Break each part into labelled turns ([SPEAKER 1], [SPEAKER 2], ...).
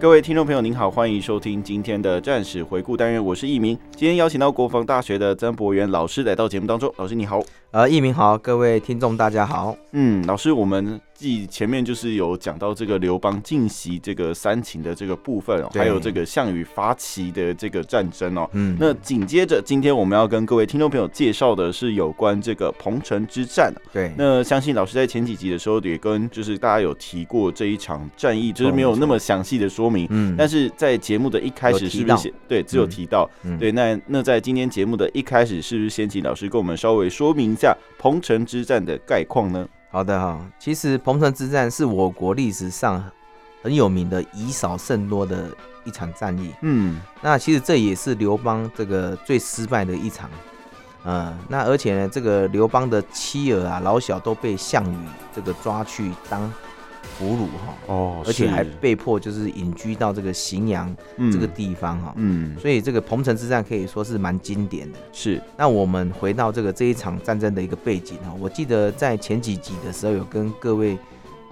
[SPEAKER 1] 各位听众朋友，您好，欢迎收听今天的战史回顾单元，我是易明。今天邀请到国防大学的曾博元老师来到节目当中，老师你好。
[SPEAKER 2] 呃，一鸣好，各位听众大家好。
[SPEAKER 1] 嗯，老师，我们继前面就是有讲到这个刘邦进袭这个三秦的这个部分哦，
[SPEAKER 2] 对
[SPEAKER 1] 还有这个项羽伐齐的这个战争哦。
[SPEAKER 2] 嗯，
[SPEAKER 1] 那紧接着，今天我们要跟各位听众朋友介绍的是有关这个彭城之战。
[SPEAKER 2] 对，
[SPEAKER 1] 那相信老师在前几集的时候也跟就是大家有提过这一场战役，就是没有那么详细的说明，
[SPEAKER 2] 嗯
[SPEAKER 1] 但是在节目的一开始
[SPEAKER 2] 有提
[SPEAKER 1] 是不
[SPEAKER 2] 到
[SPEAKER 1] 是先对只有提到、
[SPEAKER 2] 嗯
[SPEAKER 1] 对？那那在今天节目的一开始，是不是先请老师跟我们稍微说明一下彭城之战的概况呢？
[SPEAKER 2] 好的哈、其实彭城之战是我国历史上很有名的以少胜多的一场战役。
[SPEAKER 1] 嗯，
[SPEAKER 2] 那其实这也是刘邦这个最失败的一场。呃，那而且呢，这个刘邦的妻儿啊、老小都被项羽这个抓去当俘虏哈、
[SPEAKER 1] 哦
[SPEAKER 2] 而且还被迫就是隐居到这个荥阳这个地方哈、
[SPEAKER 1] 嗯嗯
[SPEAKER 2] 所以这个彭城之战可以说是蛮经典的。
[SPEAKER 1] 是
[SPEAKER 2] 那我们回到这个这一场战争的一个背景哈，我记得在前几集的时候有跟各位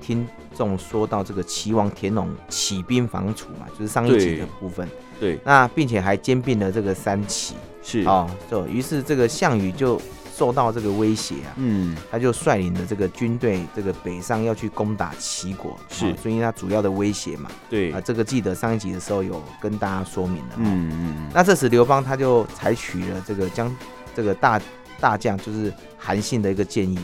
[SPEAKER 2] 听众说到这个齐王田荣起兵防楚嘛，就是上一集
[SPEAKER 1] 对
[SPEAKER 2] 的部分。
[SPEAKER 1] 对
[SPEAKER 2] 那并且还兼并了这个三齐
[SPEAKER 1] 是
[SPEAKER 2] 哦，就于是这个项羽就受到这个威胁啊，
[SPEAKER 1] 嗯
[SPEAKER 2] 他就率领了这个军队这个北上要去攻打齐国，
[SPEAKER 1] 是
[SPEAKER 2] 哦所以他主要的威胁嘛
[SPEAKER 1] 对
[SPEAKER 2] 啊，这个记得上一集的时候有跟大家说明了、哦。
[SPEAKER 1] 嗯嗯嗯
[SPEAKER 2] 那这时刘邦他就采取了这个将这个大大将就是韩信的一个建议，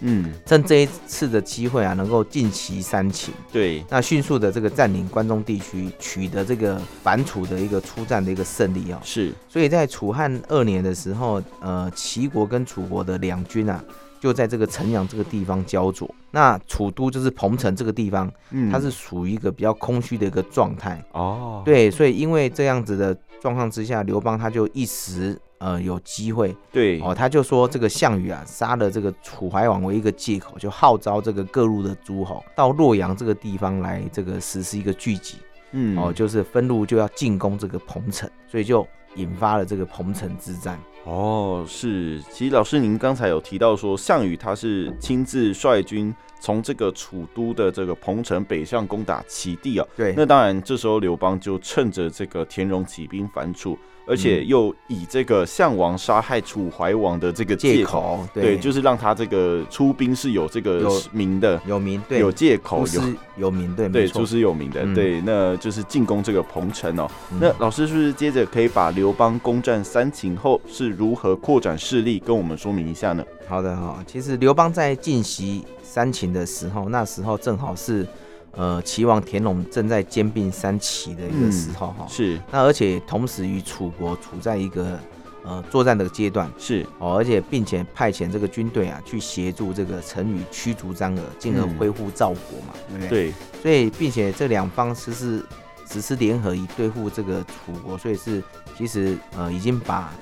[SPEAKER 1] 嗯
[SPEAKER 2] 趁这一次的机会啊，能够进其三秦，
[SPEAKER 1] 对
[SPEAKER 2] 那迅速的这个啊占领关中地区，取得这个反楚的一个出战的一个胜利哦。
[SPEAKER 1] 是
[SPEAKER 2] 所以在楚汉二年的时候，呃，齐国跟楚国的两军啊。就在这个城阳这个地方焦灼，那楚都就是彭城这个地方，
[SPEAKER 1] 嗯
[SPEAKER 2] 它是属于一个比较空虚的一个状态，
[SPEAKER 1] 哦
[SPEAKER 2] 对，所以因为这样子的状况之下，刘邦他就一时呃有机会
[SPEAKER 1] 对
[SPEAKER 2] 哦，他就说这个项羽啊杀了这个楚怀王为一个借口，就号召这个各路的诸侯到洛阳这个地方来这个实施一个聚集
[SPEAKER 1] 嗯
[SPEAKER 2] 哦，就是分路就要进攻这个彭城，所以就引发了这个彭城之战。
[SPEAKER 1] 哦，是。其实老师，您刚才有提到说，项羽他是亲自率军从这个楚都的这个彭城北上攻打齐地啊、
[SPEAKER 2] 对
[SPEAKER 1] 那当然，这时候刘邦就趁着这个田荣起兵反楚，而
[SPEAKER 2] 嗯
[SPEAKER 1] 且又以这个项王杀害楚怀王的这个
[SPEAKER 2] 借
[SPEAKER 1] 借口，
[SPEAKER 2] 口
[SPEAKER 1] 对，就是让他这个出兵是有这个
[SPEAKER 2] 有
[SPEAKER 1] 名的，
[SPEAKER 2] 有名对
[SPEAKER 1] 有借口
[SPEAKER 2] 出
[SPEAKER 1] 有。
[SPEAKER 2] 师有名对没
[SPEAKER 1] 对，
[SPEAKER 2] 错
[SPEAKER 1] 出师有名的，
[SPEAKER 2] 嗯
[SPEAKER 1] 对，那就是进攻这个彭城哦。
[SPEAKER 2] 嗯
[SPEAKER 1] 那老师是不是接着可以把刘邦攻占三秦后是如何扩展势力跟我们说明一下呢？
[SPEAKER 2] 好的哈、其实刘邦在进袭三秦的时候，那时候正好是呃齐王田荣正在兼并三齐的一个时候哈、
[SPEAKER 1] 是
[SPEAKER 2] 那而且同时与楚国处在一个呃作战的阶段
[SPEAKER 1] 是，
[SPEAKER 2] 哦，而且并且派遣这个军队啊去协助这个陈宇驱逐张耳，进而
[SPEAKER 1] 嗯
[SPEAKER 2] 恢复赵国嘛，对不对？
[SPEAKER 1] 对，
[SPEAKER 2] 所以并且这两方实施实施联合以对付这个楚国，所以是其实呃已经把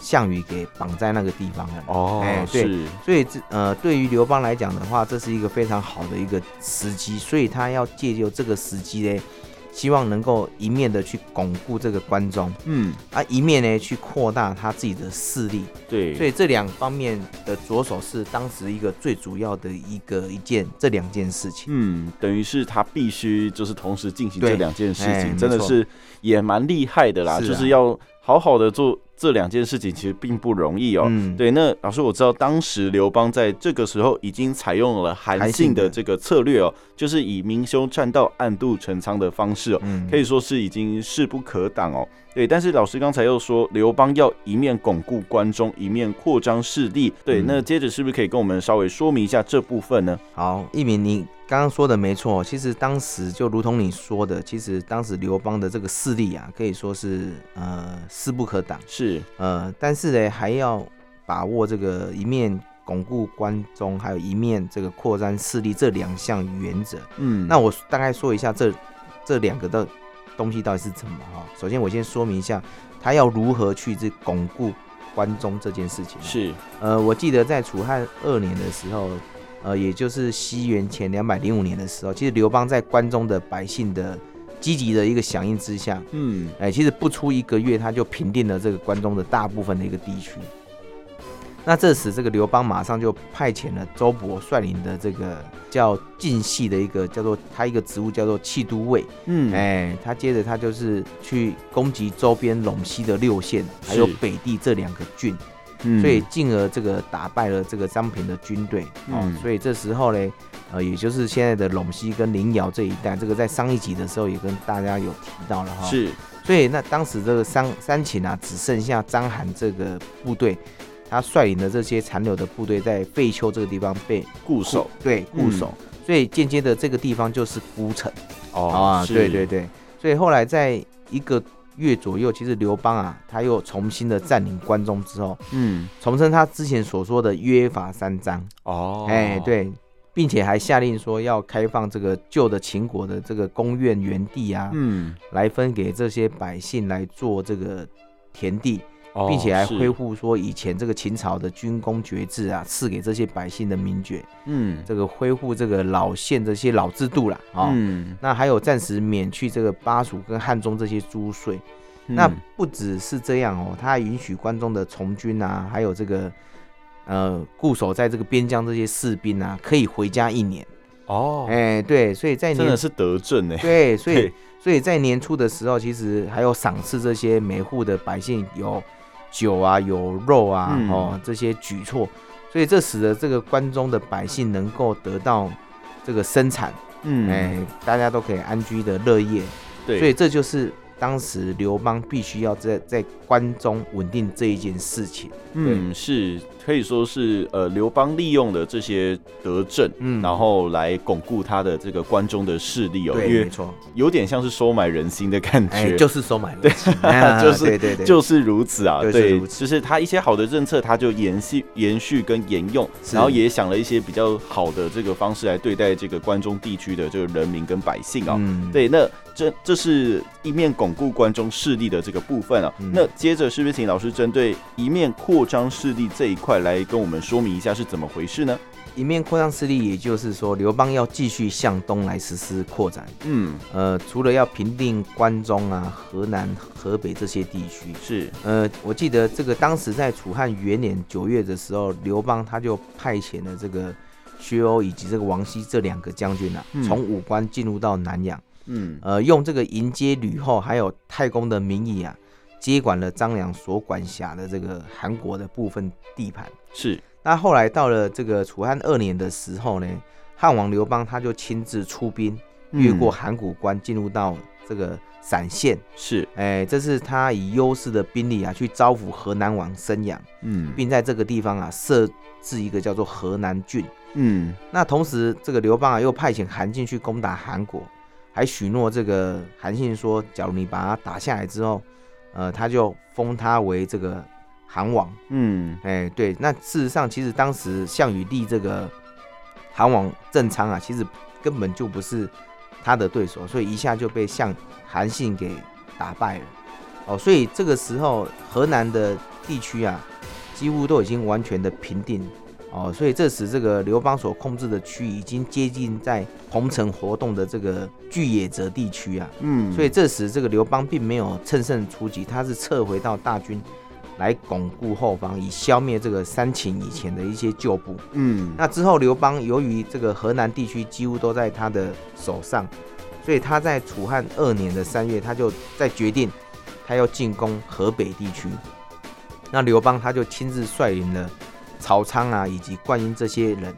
[SPEAKER 2] 项羽给绑在那个地方了。
[SPEAKER 1] 哦
[SPEAKER 2] 哎对
[SPEAKER 1] 是，
[SPEAKER 2] 所以这呃，对于刘邦来讲的话，这是一个非常好的一个时机，所以他要借由这个时机呢，希望能够一面的去巩固这个关中，
[SPEAKER 1] 嗯，
[SPEAKER 2] 啊，一面呢去扩大他自己的势力。
[SPEAKER 1] 对，
[SPEAKER 2] 所以这两方面的着手是当时一个最主要的一个一件这两件事情。
[SPEAKER 1] 嗯，等于是他必须就是同时进行
[SPEAKER 2] 对
[SPEAKER 1] 这两件事
[SPEAKER 2] 哎
[SPEAKER 1] 情，
[SPEAKER 2] 没
[SPEAKER 1] 真的
[SPEAKER 2] 错
[SPEAKER 1] 是也蛮厉害的啦，
[SPEAKER 2] 是啊
[SPEAKER 1] 就是要好好的做这两件事情，其实并不容易哦。
[SPEAKER 2] 嗯，
[SPEAKER 1] 对，那老师，我知道当时刘邦在这个时候已经采用了韩
[SPEAKER 2] 韩
[SPEAKER 1] 信
[SPEAKER 2] 信
[SPEAKER 1] 的
[SPEAKER 2] 的
[SPEAKER 1] 这个策略哦，就是以明修栈道、暗度陈仓的方式哦，
[SPEAKER 2] 嗯，
[SPEAKER 1] 可以说是已经势不可挡哦。对，但是老师刚才又说，刘邦要一面巩固关中，一面扩张势力。对，
[SPEAKER 2] 嗯
[SPEAKER 1] 那接着是不是可以跟我们稍微说明一下这部分呢？
[SPEAKER 2] 好，一鸣，你刚刚说的没错，其实当时就如同你说的，其实当时刘邦的这个势力啊，可以说是呃势不可挡。
[SPEAKER 1] 是，
[SPEAKER 2] 呃，但是呢，还要把握这个一面巩固关中，还有一面这个扩张势力这两项原则。
[SPEAKER 1] 嗯，
[SPEAKER 2] 那我大概说一下这这两个的东西到底是怎么哈。首先，我先说明一下他要如何去这巩固关中这件事情。，
[SPEAKER 1] 是
[SPEAKER 2] 呃，我记得在楚汉二年的时候，呃，也就是西元前两百零五年的时候，其实刘邦在关中的百姓的积极的一个响应之下，
[SPEAKER 1] 嗯
[SPEAKER 2] 哎、其实不出一个月，他就平定了这个关中的大部分的一个地区。那这时，这个刘邦马上就派遣了周勃率领的这个叫晋系的一个叫做他一个职务叫做契都尉，
[SPEAKER 1] 嗯
[SPEAKER 2] 哎、他接着他就是去攻击周边陇西的六县，还有
[SPEAKER 1] 是
[SPEAKER 2] 北地这两个郡，
[SPEAKER 1] 嗯
[SPEAKER 2] 所以进而这个打败了这个张平的军队。哦，
[SPEAKER 1] 嗯
[SPEAKER 2] 所以这时候呢，呃，也就是现在的陇西跟临洮这一带，这个在上一集的时候也跟大家有提到了哈、
[SPEAKER 1] 是
[SPEAKER 2] 所以那当时这个三三秦啊，只剩下章邯这个部队，他率领的这些残留的部队在废丘这个地方被
[SPEAKER 1] 固
[SPEAKER 2] 固
[SPEAKER 1] 守
[SPEAKER 2] 对固
[SPEAKER 1] 嗯哦
[SPEAKER 2] 守，所以间接的这个地方就是孤城啊，
[SPEAKER 1] 是
[SPEAKER 2] 对对对，所以后来在一个月左右，其实刘邦啊，他又重新的占领关中之后，
[SPEAKER 1] 嗯
[SPEAKER 2] 重申他之前所说的约法三章，
[SPEAKER 1] 哦
[SPEAKER 2] 哎、对，并且还下令说要开放这个旧的秦国的这个公院园地啊，
[SPEAKER 1] 嗯
[SPEAKER 2] 来分给这些百姓来做这个田地，
[SPEAKER 1] 哦
[SPEAKER 2] 并且还
[SPEAKER 1] 是
[SPEAKER 2] 恢复说以前这个秦朝的军功爵制啊，赐给这些百姓的民爵，
[SPEAKER 1] 嗯
[SPEAKER 2] 这个恢复这个老县这些老制度啦啊、
[SPEAKER 1] 嗯
[SPEAKER 2] 那还有暂时免去这个巴蜀跟汉中这些租税，那
[SPEAKER 1] 嗯
[SPEAKER 2] 不只是这样哦，他还允许关中的从军啊，还有这个呃固守在这个边疆这些士兵啊，可以回家一年。
[SPEAKER 1] 哦
[SPEAKER 2] 哎、对，所以在
[SPEAKER 1] 真的
[SPEAKER 2] 年
[SPEAKER 1] 是德政哎
[SPEAKER 2] 对， 所以
[SPEAKER 1] 对
[SPEAKER 2] 所以在年初的时候，其实还有赏赐这些每户的百姓有酒啊、有肉啊、
[SPEAKER 1] 嗯
[SPEAKER 2] 哦这些举措，所以这使得这个关中的百姓能够得到这个生产，哎、
[SPEAKER 1] 嗯
[SPEAKER 2] 大家都可以安居的乐业，
[SPEAKER 1] 对
[SPEAKER 2] 所以这就是当时刘邦必须要在在关中稳定这一件事情。
[SPEAKER 1] 嗯，是可以说是呃刘邦利用了这些德政，
[SPEAKER 2] 嗯
[SPEAKER 1] 然后来巩固他的这个关中的势力哦，因
[SPEAKER 2] 对，
[SPEAKER 1] 为
[SPEAKER 2] 没错，
[SPEAKER 1] 有点像是收买人心的感觉。，
[SPEAKER 2] 哎、就是收买对
[SPEAKER 1] 就是
[SPEAKER 2] 对对对，
[SPEAKER 1] 就是如此啊，
[SPEAKER 2] 就是
[SPEAKER 1] 对，
[SPEAKER 2] 如
[SPEAKER 1] 就是他一些好的政策，他就延续、延续跟沿用，
[SPEAKER 2] 是
[SPEAKER 1] 然后也想了一些比较好的这个方式来对待这个关中地区的这个人民跟百姓啊、
[SPEAKER 2] 嗯，
[SPEAKER 1] 对，那这这是一面巩固关中势力的这个部分啊。
[SPEAKER 2] 嗯
[SPEAKER 1] 那接着是不是请老师针对一面扩张势力这一块来跟我们说明一下是怎么回事呢？
[SPEAKER 2] 一面扩张势力，也就是说刘邦要继续向东来实施扩展。
[SPEAKER 1] 嗯，
[SPEAKER 2] 呃，除了要平定关中啊、河南、河北这些地区，
[SPEAKER 1] 是，
[SPEAKER 2] 呃，我记得这个当时在楚汉元年九月的时候，刘邦他就派遣了这个薛欧以及这个王熙这两个将军啊
[SPEAKER 1] 嗯，
[SPEAKER 2] 从武关进入到南阳，
[SPEAKER 1] 嗯，
[SPEAKER 2] 呃，用这个迎接吕后还有太公的名义啊，接管了张良所管辖的这个韩国的部分地盘。
[SPEAKER 1] 是，
[SPEAKER 2] 那后来到了这个楚汉二年的时候呢，汉王刘邦他就亲自出兵，越过
[SPEAKER 1] 嗯
[SPEAKER 2] 函谷关，进入到这个陕县。
[SPEAKER 1] 是，
[SPEAKER 2] 哎，这是他以优势的兵力啊，去招抚河南王申阳，
[SPEAKER 1] 嗯，
[SPEAKER 2] 并在这个地方啊设置一个叫做河南郡。
[SPEAKER 1] 嗯，
[SPEAKER 2] 那同时，这个刘邦啊又派遣韩信去攻打韩国，还许诺这个韩信说，假如你把他打下来之后，呃，他就封他为这个韩王。
[SPEAKER 1] 嗯，
[SPEAKER 2] 哎，对，那事实上，其实当时项羽立这个韩王郑昌啊，其实根本就不是他的对手，所以一下就被项韩信给打败了。哦，所以这个时候河南的地区啊，几乎都已经完全的平定。哦，所以这时这个刘邦所控制的区域已经接近在彭城活动的这个巨野泽地区啊，
[SPEAKER 1] 嗯，
[SPEAKER 2] 所以这时这个刘邦并没有乘胜出击，他是撤回到大军来巩固后方，以消灭这个三秦以前的一些旧部。
[SPEAKER 1] 嗯，
[SPEAKER 2] 那之后，刘邦由于这个河南地区几乎都在他的手上，所以他在楚汉二年的三月，他就在决定他要进攻河北地区。那刘邦他就亲自率领了曹昌啊以及灌婴这些人啊，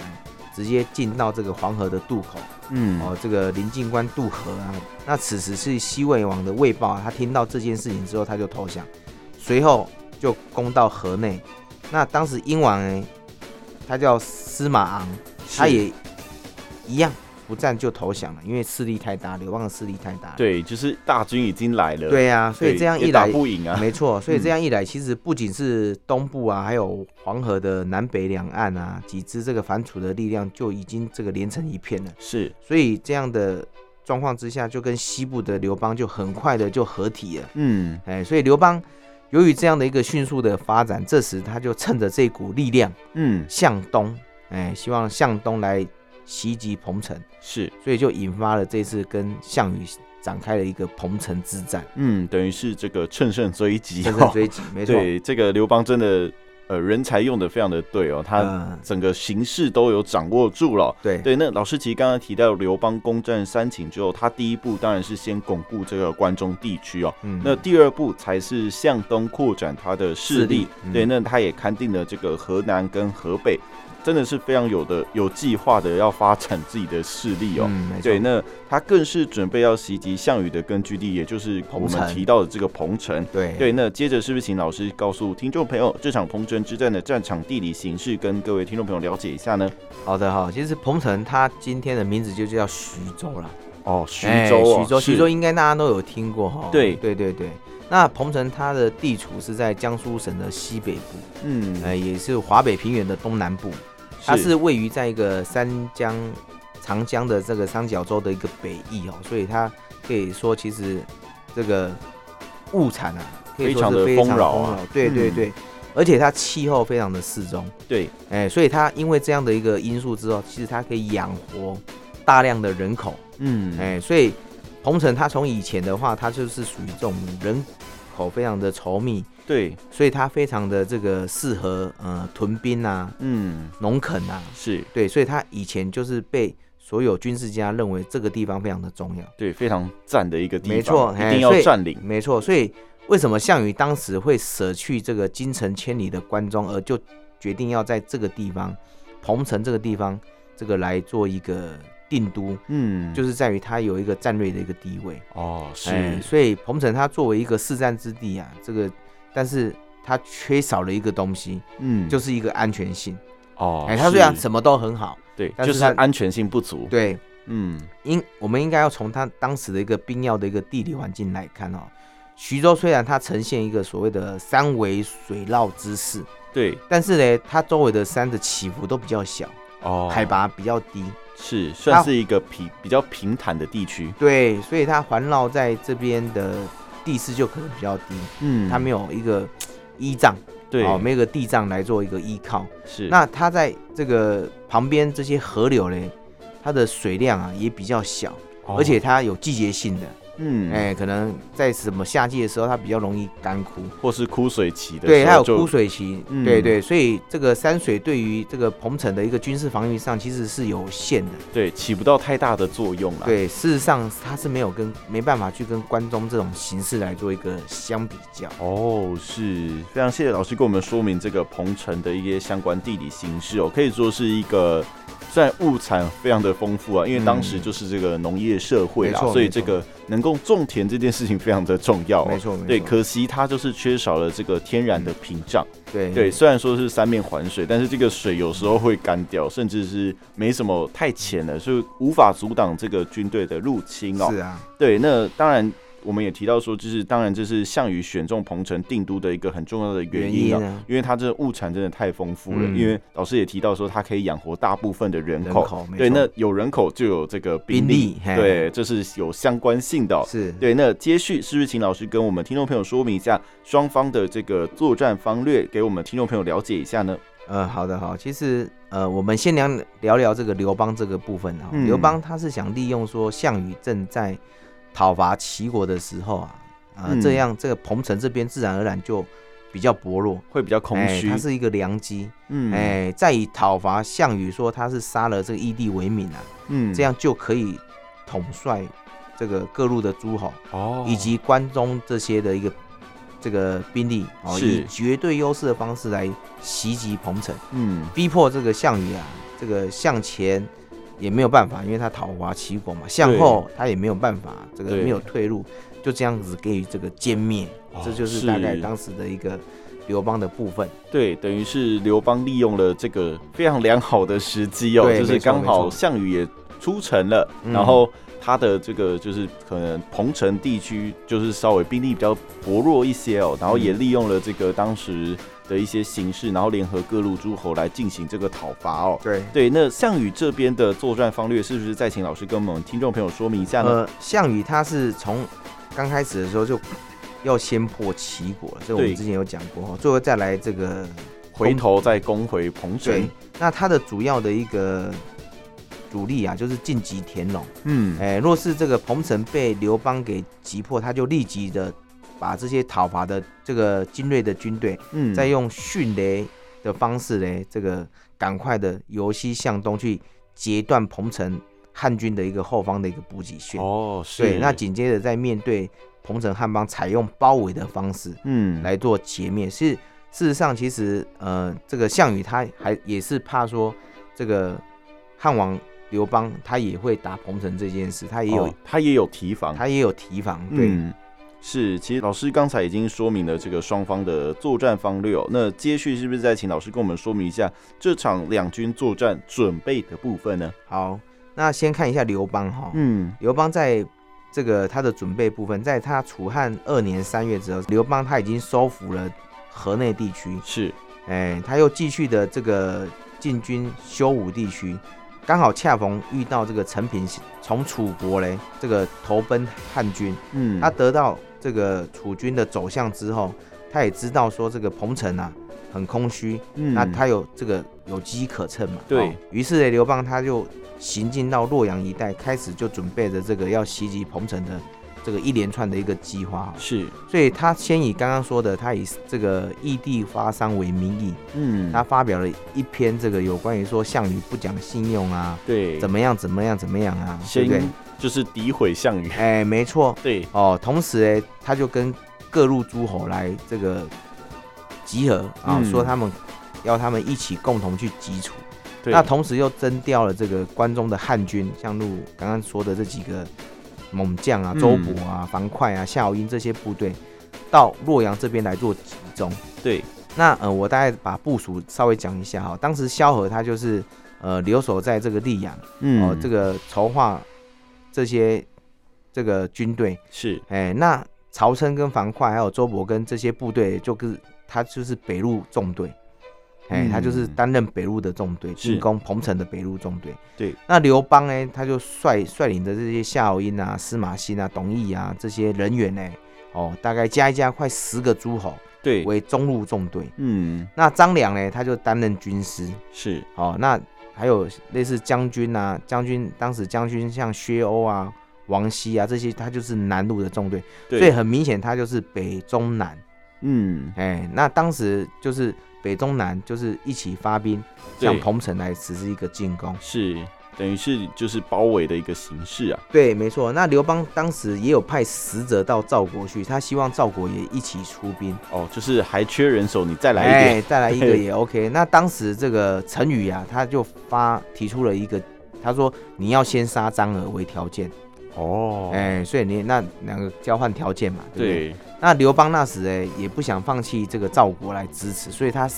[SPEAKER 2] 直接进到这个黄河的渡口，
[SPEAKER 1] 嗯，
[SPEAKER 2] 哦，这个临近关渡河啊。那此时是西魏王的魏豹、啊，他听到这件事情之后，他就投降，随后就攻到河内。那当时英王呢，他叫司马昂，他
[SPEAKER 1] 是
[SPEAKER 2] 也一样不战就投降了，因为势力太大，刘邦的势力太大了。
[SPEAKER 1] 对，就是大军已经来了，
[SPEAKER 2] 对呀、所以
[SPEAKER 1] 对
[SPEAKER 2] 这样
[SPEAKER 1] 也
[SPEAKER 2] 一
[SPEAKER 1] 打
[SPEAKER 2] 来，
[SPEAKER 1] 不赢啊，
[SPEAKER 2] 没错，所以这样一来，其实不仅是东部啊，还有黄河的南北两岸啊，几支这个反楚的力量就已经这个连成一片了。
[SPEAKER 1] 是
[SPEAKER 2] 所以这样的状况之下，就跟西部的刘邦就很快的就合体了。
[SPEAKER 1] 嗯
[SPEAKER 2] 哎，所以刘邦由于这样的一个迅速的发展，这时他就趁着这股力量
[SPEAKER 1] 嗯
[SPEAKER 2] 向东，哎，希望向东来袭击彭城，
[SPEAKER 1] 是
[SPEAKER 2] 所以就引发了这次跟项羽展开了一个彭城之战，
[SPEAKER 1] 嗯，等于是这个乘胜追击、
[SPEAKER 2] 乘
[SPEAKER 1] 哦
[SPEAKER 2] 胜，追击，没错。
[SPEAKER 1] 对这个刘邦真的呃人才用的非常的对哦，他
[SPEAKER 2] 嗯，
[SPEAKER 1] 整个形势都有掌握住了。
[SPEAKER 2] 对
[SPEAKER 1] 对，那老师其实刚刚提到刘邦攻占三秦之后，他第一步当然是先巩固这个关中地区哦，
[SPEAKER 2] 嗯
[SPEAKER 1] 那第二步才是向东扩展他的势
[SPEAKER 2] 势
[SPEAKER 1] 力
[SPEAKER 2] 力，嗯
[SPEAKER 1] 对，那他也勘定了这个河南跟河北，真的是非常有的有计划的要发展自己的势力哦。
[SPEAKER 2] 嗯，没错
[SPEAKER 1] 对，那他更是准备要袭击项羽的根据地，也就是我
[SPEAKER 2] 彭
[SPEAKER 1] 们
[SPEAKER 2] 城
[SPEAKER 1] 提到的这个彭城。
[SPEAKER 2] 对
[SPEAKER 1] 对，那接着是不是请老师告诉听众朋友这场彭城之战的战场地理形势，跟各位听众朋友了解一下呢？
[SPEAKER 2] 好的哈，其实彭城它今天的名字就叫徐州了。
[SPEAKER 1] 哦，徐
[SPEAKER 2] 哎
[SPEAKER 1] 州、哦，
[SPEAKER 2] 徐州，
[SPEAKER 1] 是
[SPEAKER 2] 徐州，应该大家都有听过哈。
[SPEAKER 1] 对
[SPEAKER 2] 对对对。那彭城它的地处是在江苏省的西北部，
[SPEAKER 1] 嗯，
[SPEAKER 2] 呃，也是华北平原的东南部。它是位于在一个三江、长江的这个三角洲的一个北翼哦，所以它可以说其实这个物产啊，可以说是
[SPEAKER 1] 非常
[SPEAKER 2] 非
[SPEAKER 1] 地
[SPEAKER 2] 常
[SPEAKER 1] 丰
[SPEAKER 2] 丰
[SPEAKER 1] 饶啊
[SPEAKER 2] 饶。对对
[SPEAKER 1] 嗯
[SPEAKER 2] 对，而且它气候非常的适中，
[SPEAKER 1] 对，
[SPEAKER 2] 哎，所以它因为这样的一个因素之后，其实它可以养活大量的人口。
[SPEAKER 1] 嗯，
[SPEAKER 2] 哎、所以彭城它从以前的话，它就是属于这种人口非常的稠密，
[SPEAKER 1] 对，
[SPEAKER 2] 所以它非常的这个适合呃屯兵啊、
[SPEAKER 1] 嗯，
[SPEAKER 2] 农垦啊，
[SPEAKER 1] 是
[SPEAKER 2] 对，所以它以前就是被所有军事家认为这个地方非常的重要，
[SPEAKER 1] 对，非常赞的一个地方，
[SPEAKER 2] 没错
[SPEAKER 1] 一
[SPEAKER 2] 哎
[SPEAKER 1] 定要
[SPEAKER 2] 所以
[SPEAKER 1] 占领，
[SPEAKER 2] 没错，所以为什么项羽当时会舍去这个京城千里的关中，而就决定要在这个地方彭城这个地方这个来做一个定都，
[SPEAKER 1] 嗯，
[SPEAKER 2] 就是在于它有一个战略的一个地位。
[SPEAKER 1] 哦，是，
[SPEAKER 2] 哎，所以彭城它作为一个四战之地啊，这个但是它缺少了一个东西，
[SPEAKER 1] 嗯，
[SPEAKER 2] 就是是一个安全性。
[SPEAKER 1] 哦，
[SPEAKER 2] 哎，它虽然
[SPEAKER 1] 是
[SPEAKER 2] 什么都很好，
[SPEAKER 1] 对，
[SPEAKER 2] 但
[SPEAKER 1] 就是是
[SPEAKER 2] 它
[SPEAKER 1] 安全性不足，
[SPEAKER 2] 对，
[SPEAKER 1] 嗯，
[SPEAKER 2] 应我们应该要从它当时的一个兵要的一个地理环境来看哦。徐州虽然它呈现一个所谓的三围水绕之势，
[SPEAKER 1] 对，
[SPEAKER 2] 但是呢，它周围的山的起伏都比较小，
[SPEAKER 1] 哦，
[SPEAKER 2] 海拔比较低，
[SPEAKER 1] 是算
[SPEAKER 2] 它
[SPEAKER 1] 是一个平比较平坦的地区，
[SPEAKER 2] 对，所以它环绕在这边的地势就可能比较低，
[SPEAKER 1] 嗯，
[SPEAKER 2] 它没有一个依仗。
[SPEAKER 1] 对，
[SPEAKER 2] 哦，没有一个地藏来做一个依靠。
[SPEAKER 1] 是
[SPEAKER 2] 那它在这个旁边这些河流嘞，它的水量啊也比较小，
[SPEAKER 1] 哦
[SPEAKER 2] 而且它有季节性的，
[SPEAKER 1] 嗯，
[SPEAKER 2] 哎、可能在什么夏季的时候，它比较容易干枯。
[SPEAKER 1] 或是枯水期的时候就，
[SPEAKER 2] 对，它有枯水期，
[SPEAKER 1] 嗯
[SPEAKER 2] 对对，所以这个山水对于这个彭城的一个军事防御上其实是有限的。
[SPEAKER 1] 对，起不到太大的作用啦。，
[SPEAKER 2] 对，事实上它是没有跟没办法去跟关中这种形式来做一个相比较。
[SPEAKER 1] 哦，是非常谢谢老师跟我们说明这个彭城的一些相关地理形势哦，可以说是一个虽然物产非常的丰富啊，因为当时
[SPEAKER 2] 嗯
[SPEAKER 1] 就是这个农业社会啦，
[SPEAKER 2] 没错
[SPEAKER 1] 所以
[SPEAKER 2] 没
[SPEAKER 1] 这
[SPEAKER 2] 错
[SPEAKER 1] 个能够种田这件事情非常的重要、哦。
[SPEAKER 2] 没错，没错，
[SPEAKER 1] 对，可惜它就是缺少了这个天然的屏障。
[SPEAKER 2] 对
[SPEAKER 1] 对，虽然说是三面环水，但是这个水有时候会干掉，甚至是没什么太浅了，所以无法阻挡这个军队的入侵哦。
[SPEAKER 2] 是啊，
[SPEAKER 1] 对，那当然我们也提到说，就是当然这是项羽选中彭城定都的一个很重要的原
[SPEAKER 2] 原
[SPEAKER 1] 因
[SPEAKER 2] 因
[SPEAKER 1] 啊、
[SPEAKER 2] 呢，
[SPEAKER 1] 因为它这物产真的太丰富了，
[SPEAKER 2] 嗯
[SPEAKER 1] 因为老师也提到说，它可以养活大部分的人
[SPEAKER 2] 人
[SPEAKER 1] 口。
[SPEAKER 2] 口没
[SPEAKER 1] 对，
[SPEAKER 2] 错
[SPEAKER 1] 那有人口就有这个兵
[SPEAKER 2] 兵力
[SPEAKER 1] 力，
[SPEAKER 2] 嘿
[SPEAKER 1] 对，这是有相关性的哦、
[SPEAKER 2] 是
[SPEAKER 1] 对，那接续是不是请老师跟我们听众朋友说明一下双方的这个作战方略，给我们听众朋友了解一下呢？
[SPEAKER 2] 呃，好的，好，其实呃，我们先聊聊聊这个刘邦这个部分啊。
[SPEAKER 1] 嗯
[SPEAKER 2] 刘邦他是想利用说项羽正在讨伐齐国的时候啊，啊、
[SPEAKER 1] 嗯
[SPEAKER 2] 这样这个彭城这边自然而然就比较薄弱，
[SPEAKER 1] 会比较空
[SPEAKER 2] 哎
[SPEAKER 1] 虚，
[SPEAKER 2] 它是一个良机。
[SPEAKER 1] 嗯
[SPEAKER 2] 哎、再以讨伐项羽说他是杀了这个义帝为名啊，
[SPEAKER 1] 嗯
[SPEAKER 2] 这样就可以统帅这个各路的诸侯、
[SPEAKER 1] 哦
[SPEAKER 2] 以及关中这些的一个。这个兵力哦，
[SPEAKER 1] 是
[SPEAKER 2] 以绝对优势的方式来袭击彭城。
[SPEAKER 1] 嗯
[SPEAKER 2] 逼迫这个项羽啊，这个向前也没有办法，因为他讨伐齐国嘛，向后他也没有办法，这个
[SPEAKER 1] 对
[SPEAKER 2] 没有退路，就这样子给予这个歼灭，
[SPEAKER 1] 哦
[SPEAKER 2] 这就是大概
[SPEAKER 1] 是
[SPEAKER 2] 当时的一个刘邦的部分。
[SPEAKER 1] 对，等于是刘邦利用了这个非常良好的时机哦，
[SPEAKER 2] 对
[SPEAKER 1] 就是
[SPEAKER 2] 没错
[SPEAKER 1] 刚
[SPEAKER 2] 没
[SPEAKER 1] 好
[SPEAKER 2] 错
[SPEAKER 1] 项羽也出城了，
[SPEAKER 2] 嗯
[SPEAKER 1] 然后他的这个就是可能彭城地区就是稍微兵力比较薄弱一些哦，
[SPEAKER 2] 嗯
[SPEAKER 1] 然后也利用了这个当时的一些形势，然后联合各路诸侯来进行这个讨伐哦。
[SPEAKER 2] 对，
[SPEAKER 1] 对，那项羽这边的作战方略是不是再请老师跟我们听众朋友说明一下呢？
[SPEAKER 2] 呃，项羽他是从刚开始的时候就要先破齐国，这我
[SPEAKER 1] 对
[SPEAKER 2] 们之前有讲过哦，最后再来这个
[SPEAKER 1] 回头再攻回彭
[SPEAKER 2] 对
[SPEAKER 1] 城，，
[SPEAKER 2] 那他的主要的一个主力啊，就是晋级田龙。
[SPEAKER 1] 嗯，
[SPEAKER 2] 哎、若是这个彭城被刘邦给击破，他就立即的把这些讨伐的这个精锐的军队，
[SPEAKER 1] 嗯，
[SPEAKER 2] 再用迅雷的方式嘞，这个赶快的由西向东去截断彭城汉军的一个后方的一个补给线。
[SPEAKER 1] 哦，是
[SPEAKER 2] 对，那紧接着再面对彭城汉邦，采用包围的方式，
[SPEAKER 1] 嗯
[SPEAKER 2] 来做截灭。是事实上，其实呃，这个项羽他还也是怕说这个汉王刘邦他也会打彭城这件事，他也有、
[SPEAKER 1] 哦他也有提防，
[SPEAKER 2] 他也有提防。对，
[SPEAKER 1] 嗯是，其实老师刚才已经说明了这个双方的作战方略、哦，那接续是不是再请老师跟我们说明一下这场两军作战准备的部分呢？
[SPEAKER 2] 好，那先看一下刘邦哈，
[SPEAKER 1] 嗯，
[SPEAKER 2] 刘邦在。这个他的准备部分，在他楚汉二年三月之后，刘邦他已经收复了河内地区，
[SPEAKER 1] 是，
[SPEAKER 2] 哎，他又继续的这个进军修武地区，刚好恰逢遇到这个陈平从楚国嘞这个投奔汉军，
[SPEAKER 1] 嗯，
[SPEAKER 2] 他得到这个楚军的走向之后，他也知道说这个彭城啊很空虚，
[SPEAKER 1] 嗯
[SPEAKER 2] 那他有这个有机可乘嘛，
[SPEAKER 1] 对
[SPEAKER 2] 哦于是呢，刘邦他就行进到洛阳一带，开始就准备着这个要袭击彭城的这个一连串的一个计划哦，
[SPEAKER 1] 是，
[SPEAKER 2] 所以他先以刚刚说的，他以这个异地发商为名义。
[SPEAKER 1] 嗯，
[SPEAKER 2] 他发表了一篇这个有关于说项羽不讲信用啊，
[SPEAKER 1] 对，
[SPEAKER 2] 怎
[SPEAKER 1] 么
[SPEAKER 2] 么样怎么样怎么样啊，对不对
[SPEAKER 1] 先？就是诋毁项羽，
[SPEAKER 2] 哎，没错
[SPEAKER 1] 对，
[SPEAKER 2] 哦。同时哎，他就跟各路诸侯来这个集合啊，
[SPEAKER 1] 嗯
[SPEAKER 2] 说他们要他们一起共同去击楚。
[SPEAKER 1] 对，
[SPEAKER 2] 那同时又征调了这个关中的汉军，像陆刚刚说的这几个猛将啊，
[SPEAKER 1] 嗯
[SPEAKER 2] 周勃啊、樊哙啊、夏侯婴这些部队到洛阳这边来做集中。
[SPEAKER 1] 对，
[SPEAKER 2] 那呃，我大概把部署稍微讲一下哈。当时萧何他就是呃留守在这个溧阳，
[SPEAKER 1] 嗯，
[SPEAKER 2] 哦、这个筹划这些这个军队。
[SPEAKER 1] 是，
[SPEAKER 2] 哎，那曹参跟樊哙还有周勃跟这些部队，就跟他就是北路纵队，哎、
[SPEAKER 1] 嗯
[SPEAKER 2] 他就是担任北路的纵队，
[SPEAKER 1] 是
[SPEAKER 2] 进攻彭城的北路纵队。
[SPEAKER 1] 对，
[SPEAKER 2] 那刘邦呢，他就率率领着这些夏侯婴啊、司马欣啊、董翳啊这些人员呢，哦，大概加一加快十个诸侯
[SPEAKER 1] 对，
[SPEAKER 2] 为中路纵队。
[SPEAKER 1] 嗯，
[SPEAKER 2] 那张良呢，他就担任军师，
[SPEAKER 1] 是，
[SPEAKER 2] 哦，那还有类似将军啊，将军当时将军像薛欧啊、王熙啊这些，他就是南路的纵队，所以
[SPEAKER 1] 对，
[SPEAKER 2] 很明显他就是北中南，
[SPEAKER 1] 嗯，
[SPEAKER 2] 哎，那当时就是北中南就是一起发兵向
[SPEAKER 1] 对
[SPEAKER 2] 彭城来实施一个进攻。
[SPEAKER 1] 是，等于是就是包围的一个形式啊，
[SPEAKER 2] 对，没错。那刘邦当时也有派使者到赵国去，他希望赵国也一起出兵，
[SPEAKER 1] 哦，就是还缺人手，你再来一点，
[SPEAKER 2] 哎，再 来一个
[SPEAKER 1] 对
[SPEAKER 2] 也 OK。那当时这个陈宇啊，他就发提出了一个，他说你要先杀张耳为条件。
[SPEAKER 1] 哦
[SPEAKER 2] 哎、所以你那两个交换条件嘛，对不对？
[SPEAKER 1] 对，
[SPEAKER 2] 那刘邦那时哎也不想放弃这个赵国来支持，所以他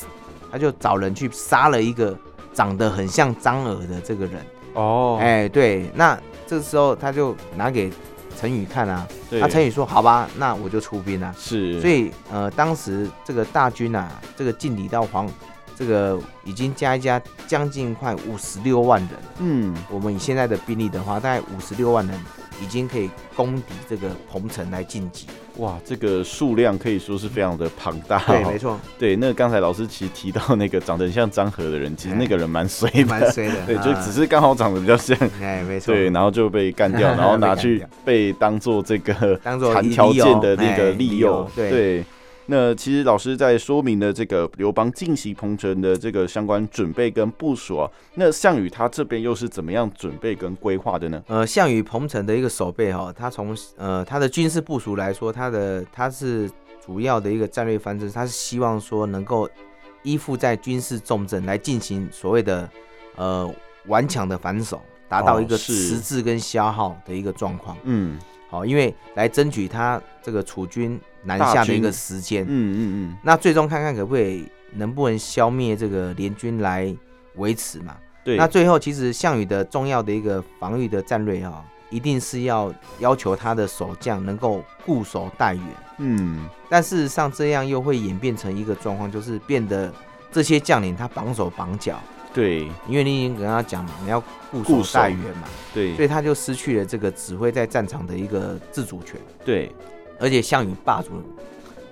[SPEAKER 2] 他就找人去杀了一个长得很像张耳的这个人。哎、
[SPEAKER 1] 哦，
[SPEAKER 2] 对，那这时候他就拿给陈宇看啊，
[SPEAKER 1] 对，
[SPEAKER 2] 那陈宇说好吧，那我就出兵啊。
[SPEAKER 1] 是，
[SPEAKER 2] 所以呃，当时这个大军啊，这个进抵到黄，这个已经加一加将近快五十六万人。
[SPEAKER 1] 嗯，
[SPEAKER 2] 我们以现在的兵力的话，大概五十六万人已经可以攻抵这个彭城来晋级。
[SPEAKER 1] 哇，这个数量可以说是非常的庞大、哦
[SPEAKER 2] 对，没。错，
[SPEAKER 1] 对，那刚才老师其实提到那个长得很像张和的人，其实那个人蛮衰
[SPEAKER 2] 哎蛮
[SPEAKER 1] 的，
[SPEAKER 2] 衰的。
[SPEAKER 1] 对，
[SPEAKER 2] 啊
[SPEAKER 1] 就只是刚好长得比较像，
[SPEAKER 2] 哎，没错，
[SPEAKER 1] 对，然后就被干 掉，然后拿
[SPEAKER 2] 被
[SPEAKER 1] 去
[SPEAKER 2] 干
[SPEAKER 1] 被当做这个
[SPEAKER 2] 当作
[SPEAKER 1] 谈
[SPEAKER 2] 利
[SPEAKER 1] 条件
[SPEAKER 2] 诱
[SPEAKER 1] 的那个
[SPEAKER 2] 哎
[SPEAKER 1] 利
[SPEAKER 2] 利
[SPEAKER 1] 诱
[SPEAKER 2] 诱，对
[SPEAKER 1] 那其实老师在说明了这个刘邦进袭彭城的这个相关准备跟部署啊，那项羽他这边又是怎么样准备跟规划的呢？
[SPEAKER 2] 呃，项羽彭城的一个守备哈、他从呃他的军事部署来说，他的他是主要的一个战略方针，他是希望说能够依附在军事重镇来进行所谓的呃顽强的反守，达到
[SPEAKER 1] 哦
[SPEAKER 2] 一个
[SPEAKER 1] 是
[SPEAKER 2] 迟滞跟消耗的一个状况。
[SPEAKER 1] 嗯
[SPEAKER 2] 好、因为来争取他这个楚军南下的一个时间，
[SPEAKER 1] 嗯嗯嗯，
[SPEAKER 2] 那最终看看可不可以能不能消灭这个联军来维持嘛。
[SPEAKER 1] 嗯对，
[SPEAKER 2] 那最后，其实项羽的重要的一个防御的战略啊、一定是要要求他的守将能够固守待援。
[SPEAKER 1] 嗯，
[SPEAKER 2] 但事实上，这样又会演变成一个状况，就是变得这些将领他绑手绑脚，
[SPEAKER 1] 对
[SPEAKER 2] 因为你已经跟他讲嘛，你要固
[SPEAKER 1] 固
[SPEAKER 2] 守
[SPEAKER 1] 守
[SPEAKER 2] 待援嘛，所
[SPEAKER 1] 对
[SPEAKER 2] 以他就失去了这个指挥在战场的一个自主权。
[SPEAKER 1] 对，
[SPEAKER 2] 而且项羽霸主，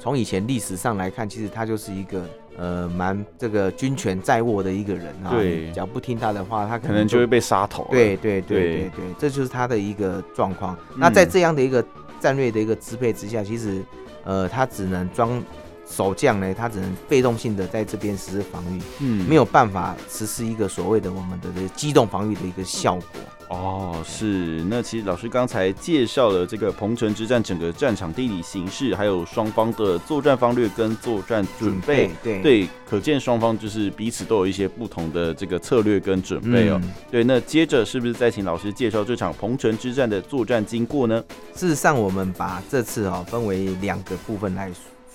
[SPEAKER 2] 从以前历史上来看，其实他就是一个呃蛮这个军权在握的一个人啊。
[SPEAKER 1] 对
[SPEAKER 2] 你只要不听他的话，他可
[SPEAKER 1] 可能
[SPEAKER 2] 能
[SPEAKER 1] 就会被杀头了。
[SPEAKER 2] 对对对
[SPEAKER 1] 对嗯
[SPEAKER 2] 对对，这就是他的一个状况。那在这样的一个战略的一个支配之下，其实呃，他只能装守将呢，他只能被动性的在这边实施防御，
[SPEAKER 1] 嗯，
[SPEAKER 2] 没有办法实施一个所谓的我们的这个机动防御的一个效果。
[SPEAKER 1] 哦，是。那其实老师刚才介绍了这个彭城之战整个战场地理形势，还有双方的作战方略跟作战准备。
[SPEAKER 2] 对嗯
[SPEAKER 1] 对，可见双方就是彼此都有一些不同的这个策略跟准备哦。
[SPEAKER 2] 嗯
[SPEAKER 1] 对，那接着是不是再请老师介绍这场彭城之战的作战经过呢？
[SPEAKER 2] 事实上，我们把这次哦分为两个部分来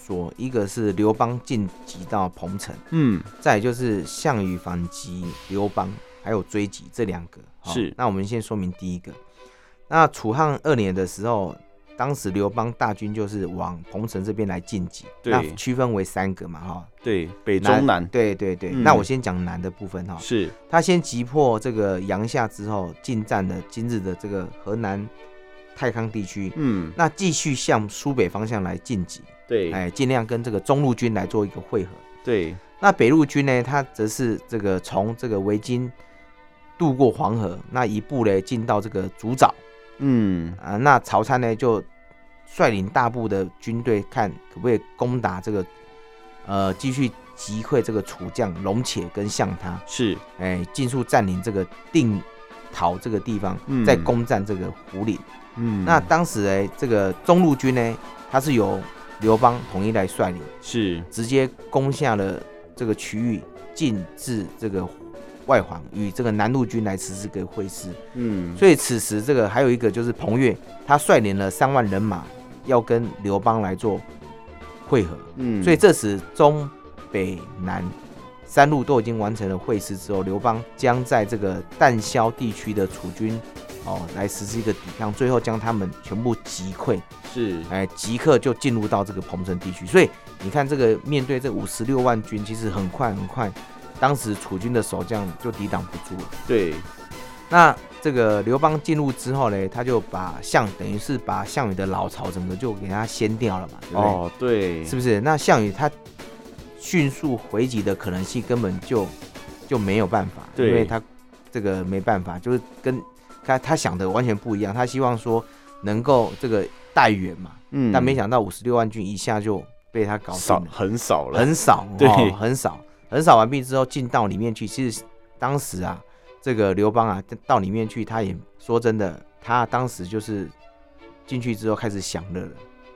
[SPEAKER 2] 说，一个是刘邦晋级到彭城，
[SPEAKER 1] 嗯，
[SPEAKER 2] 再来就是项羽反击刘邦，还有追击这两个。哦
[SPEAKER 1] 是
[SPEAKER 2] 那我们先说明第一个。那楚汉二年的时候，当时刘邦大军就是往彭城这边来晋级，
[SPEAKER 1] 对
[SPEAKER 2] 那区分为三个嘛，哈、
[SPEAKER 1] 对，北中南
[SPEAKER 2] 对对对，
[SPEAKER 1] 嗯
[SPEAKER 2] 那我先讲南的部分哈、
[SPEAKER 1] 是
[SPEAKER 2] 他先击破这个阳夏之后，进占了今日的这个河南太康地区，
[SPEAKER 1] 嗯，
[SPEAKER 2] 那继续向苏北方向来进击，
[SPEAKER 1] 对
[SPEAKER 2] 哎，尽量跟这个中路军来做一个汇合。
[SPEAKER 1] 对，
[SPEAKER 2] 那北路军呢，它则是这个从这个维京渡过黄河，那一步呢进到这个竹沼
[SPEAKER 1] 嗯，
[SPEAKER 2] 啊。那曹参呢就率领大部的军队，看可不可以攻打这个呃，继续击溃这个楚将龙且跟项他，
[SPEAKER 1] 是
[SPEAKER 2] 哎，尽速占领这个定陶这个地方，
[SPEAKER 1] 嗯
[SPEAKER 2] 再攻占这个胡岭。
[SPEAKER 1] 嗯，
[SPEAKER 2] 那当时呢，这个中路军呢，它是由刘邦统一来率领，
[SPEAKER 1] 是
[SPEAKER 2] 直接攻下了这个区域，进至这个外环，与这个南路军来实施个会师。
[SPEAKER 1] 嗯，
[SPEAKER 2] 所以此时这个还有一个就是彭越，他率领了三万人马，要跟刘邦来做会合。
[SPEAKER 1] 嗯，
[SPEAKER 2] 所以这时中北南三路都已经完成了会师之后，刘邦将在这个旦萧地区的楚军哦来实施一个抵抗，最后将他们全部击溃，
[SPEAKER 1] 是
[SPEAKER 2] 哎，即刻就进入到这个彭城地区。所以你看，这个面对这五十六万军，其实很快很快，当时楚军的守将就抵挡不住了。
[SPEAKER 1] 对，
[SPEAKER 2] 那这个刘邦进入之后呢，他就把项等于是把项羽的老巢整个就给他掀掉了嘛，对不对？
[SPEAKER 1] 哦，对，
[SPEAKER 2] 是不是？那项羽他迅速回击的可能性根本就就没有办法，
[SPEAKER 1] 对
[SPEAKER 2] 因为他这个没办法，就是跟他他想的完全不一样，他希望说能够这个待援嘛，
[SPEAKER 1] 嗯
[SPEAKER 2] 但没想到五十六万军一下就被他搞定
[SPEAKER 1] 少
[SPEAKER 2] 了，
[SPEAKER 1] 很少了，
[SPEAKER 2] 很少，
[SPEAKER 1] 对
[SPEAKER 2] 哦很少，很少完毕之后进到里面去，其实当时啊，这个刘邦啊到里面去，他也说真的，他当时就是进去之后开始享乐了。